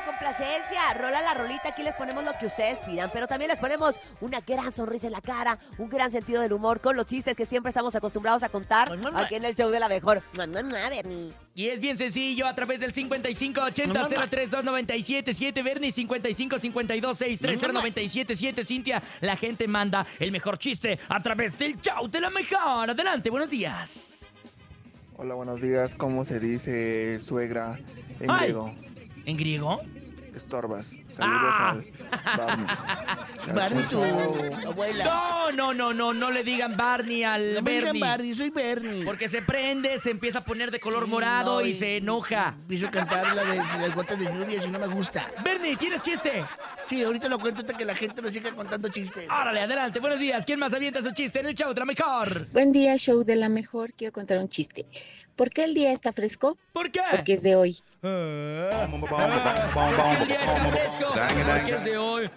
complacencia, rola la rolita, aquí les ponemos lo que ustedes pidan, pero también les ponemos una gran sonrisa en la cara, un gran sentido del humor con los chistes que siempre estamos acostumbrados a contar Mua, mua, mua. aquí en el show de la mejor. Mua, mua, mua, Bernie. Y es bien sencillo, a través del 5580-032977, Bernie 5552-63097, Cintia. La gente manda el mejor chiste a través del chau de la mejor. Adelante, buenos días. Hola, buenos días. ¿Cómo se dice suegra en Ay. griego? ¿En griego? Estorbas. Saludos Ah. al Barney. Chao, Barney, tu chao, chao. abuela. No, no, no, no, no le digan Barney al No me digan Bernie. Barney, soy Bernie. Porque se prende, se empieza a poner de color Sí, morado no, y se enoja. Empiezo a cantar la de las gotas de lluvia y no me gusta. Bernie, ¿tienes chiste? Sí, ahorita lo cuento hasta que la gente nos siga contando chistes. Árale, adelante, buenos días. ¿Quién más avienta su chiste en el chau de la mejor? Buen día, show de la mejor. Quiero contar un chiste. ¿Por qué el día está fresco? ¿Por qué? Porque es de hoy. Ah, porque el día está fresco, porque es de hoy.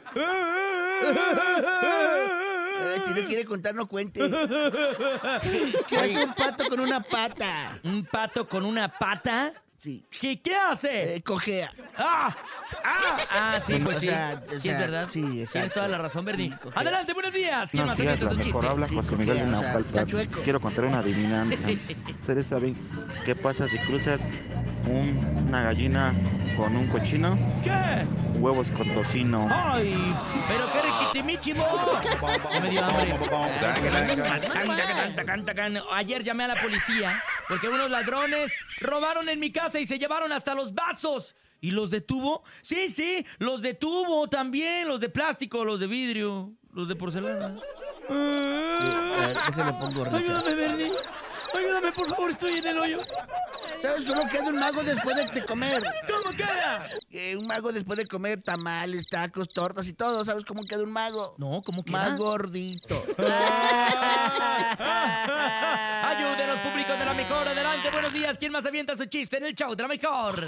Ay, Eh, si no quiere contar, no cuente. ¿Qué hace un pato con una pata? ¿Un pato con una pata? Sí. ¿Qué, qué hace? Eh, cojea. ¡Ah! ¡Ah! ¡Ah! Sí, pues O sí. sea, o Sí, sea, es verdad. sí, Tienes exacto. toda la razón, Bernie. Sí, cogea. Adelante, buenos días. ¿Quién Buenos más días, avienta la su mejor chiste? habla Sí, José Miguel de cogea, o sea, está Naucalpan. chueco. Quiero contar una adivinanza. ¿Ustedes saben qué pasa si cruzas un- una gallina con un cochino? ¿Qué? Huevos con tocino. ¡Ay! ¡Pero qué riquitimichimo! Ya me dio hambre. Tacan, tacan, tacan, tacan. Ayer llamé a la policía porque unos ladrones robaron en mi casa y se llevaron hasta los vasos. ¿Y los detuvo? Sí, sí, los detuvo también, los de plástico, los de vidrio, los de porcelana. Ah. ver, Eh, déjale, pongo risas. Ayúdame, Bernie. Ayúdame, por favor, estoy en el hoyo. ¿Sabes cómo queda un mago después de, de comer? ¿Cómo queda? Eh, un mago después de comer tamales, tacos, tortas y todo. ¿Sabes cómo queda un mago? No, ¿cómo queda? Más gordito. Ayúdenos, público de la mejor. Adelante, buenos días. ¿Quién más avienta su chiste en el show de la mejor?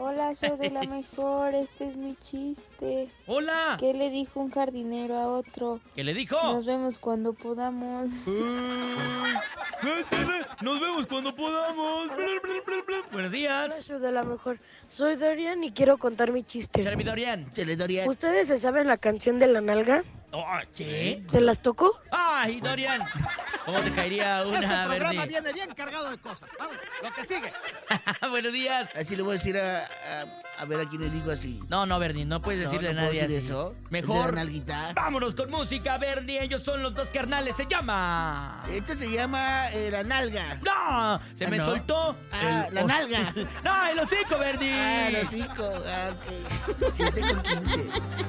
Hola, yo de la mejor, este es mi chiste. Hola. Ah. ¿Qué le dijo un jardinero a otro? ¿Qué le dijo? Oh. Nos vemos cuando podamos. Nos vemos cuando podamos. Buenos Hola, días. show de la mejor. Soy Dorian y quiero contar mi chiste. Jeremy Dorian. Se le daría. ¿Ustedes se saben la canción de la nalga? Oh, ¿Eh? ¿Qué? ¿Se las tocó? ¡Ay, Dorian! ¿Cómo te caería Este una, Bernie? Este viene bien cargado de cosas. Vamos, lo que sigue. Buenos días. Así le voy a decir a, a- a ver a quién le digo así. No, no, Bernie, no puedes No, decirle no a puedo nadie decir así. eso. Mejor. De la nalguita. Vámonos con música, Bernie. Ellos son los dos carnales. Se llama. Esta se llama eh, la nalga. ¡No! Se Ah, me ¿no? soltó. Ah, el- la nalga. ¡No, el hocico, Bernie! Ah, los cinco. Ah, ok. Siete con quince.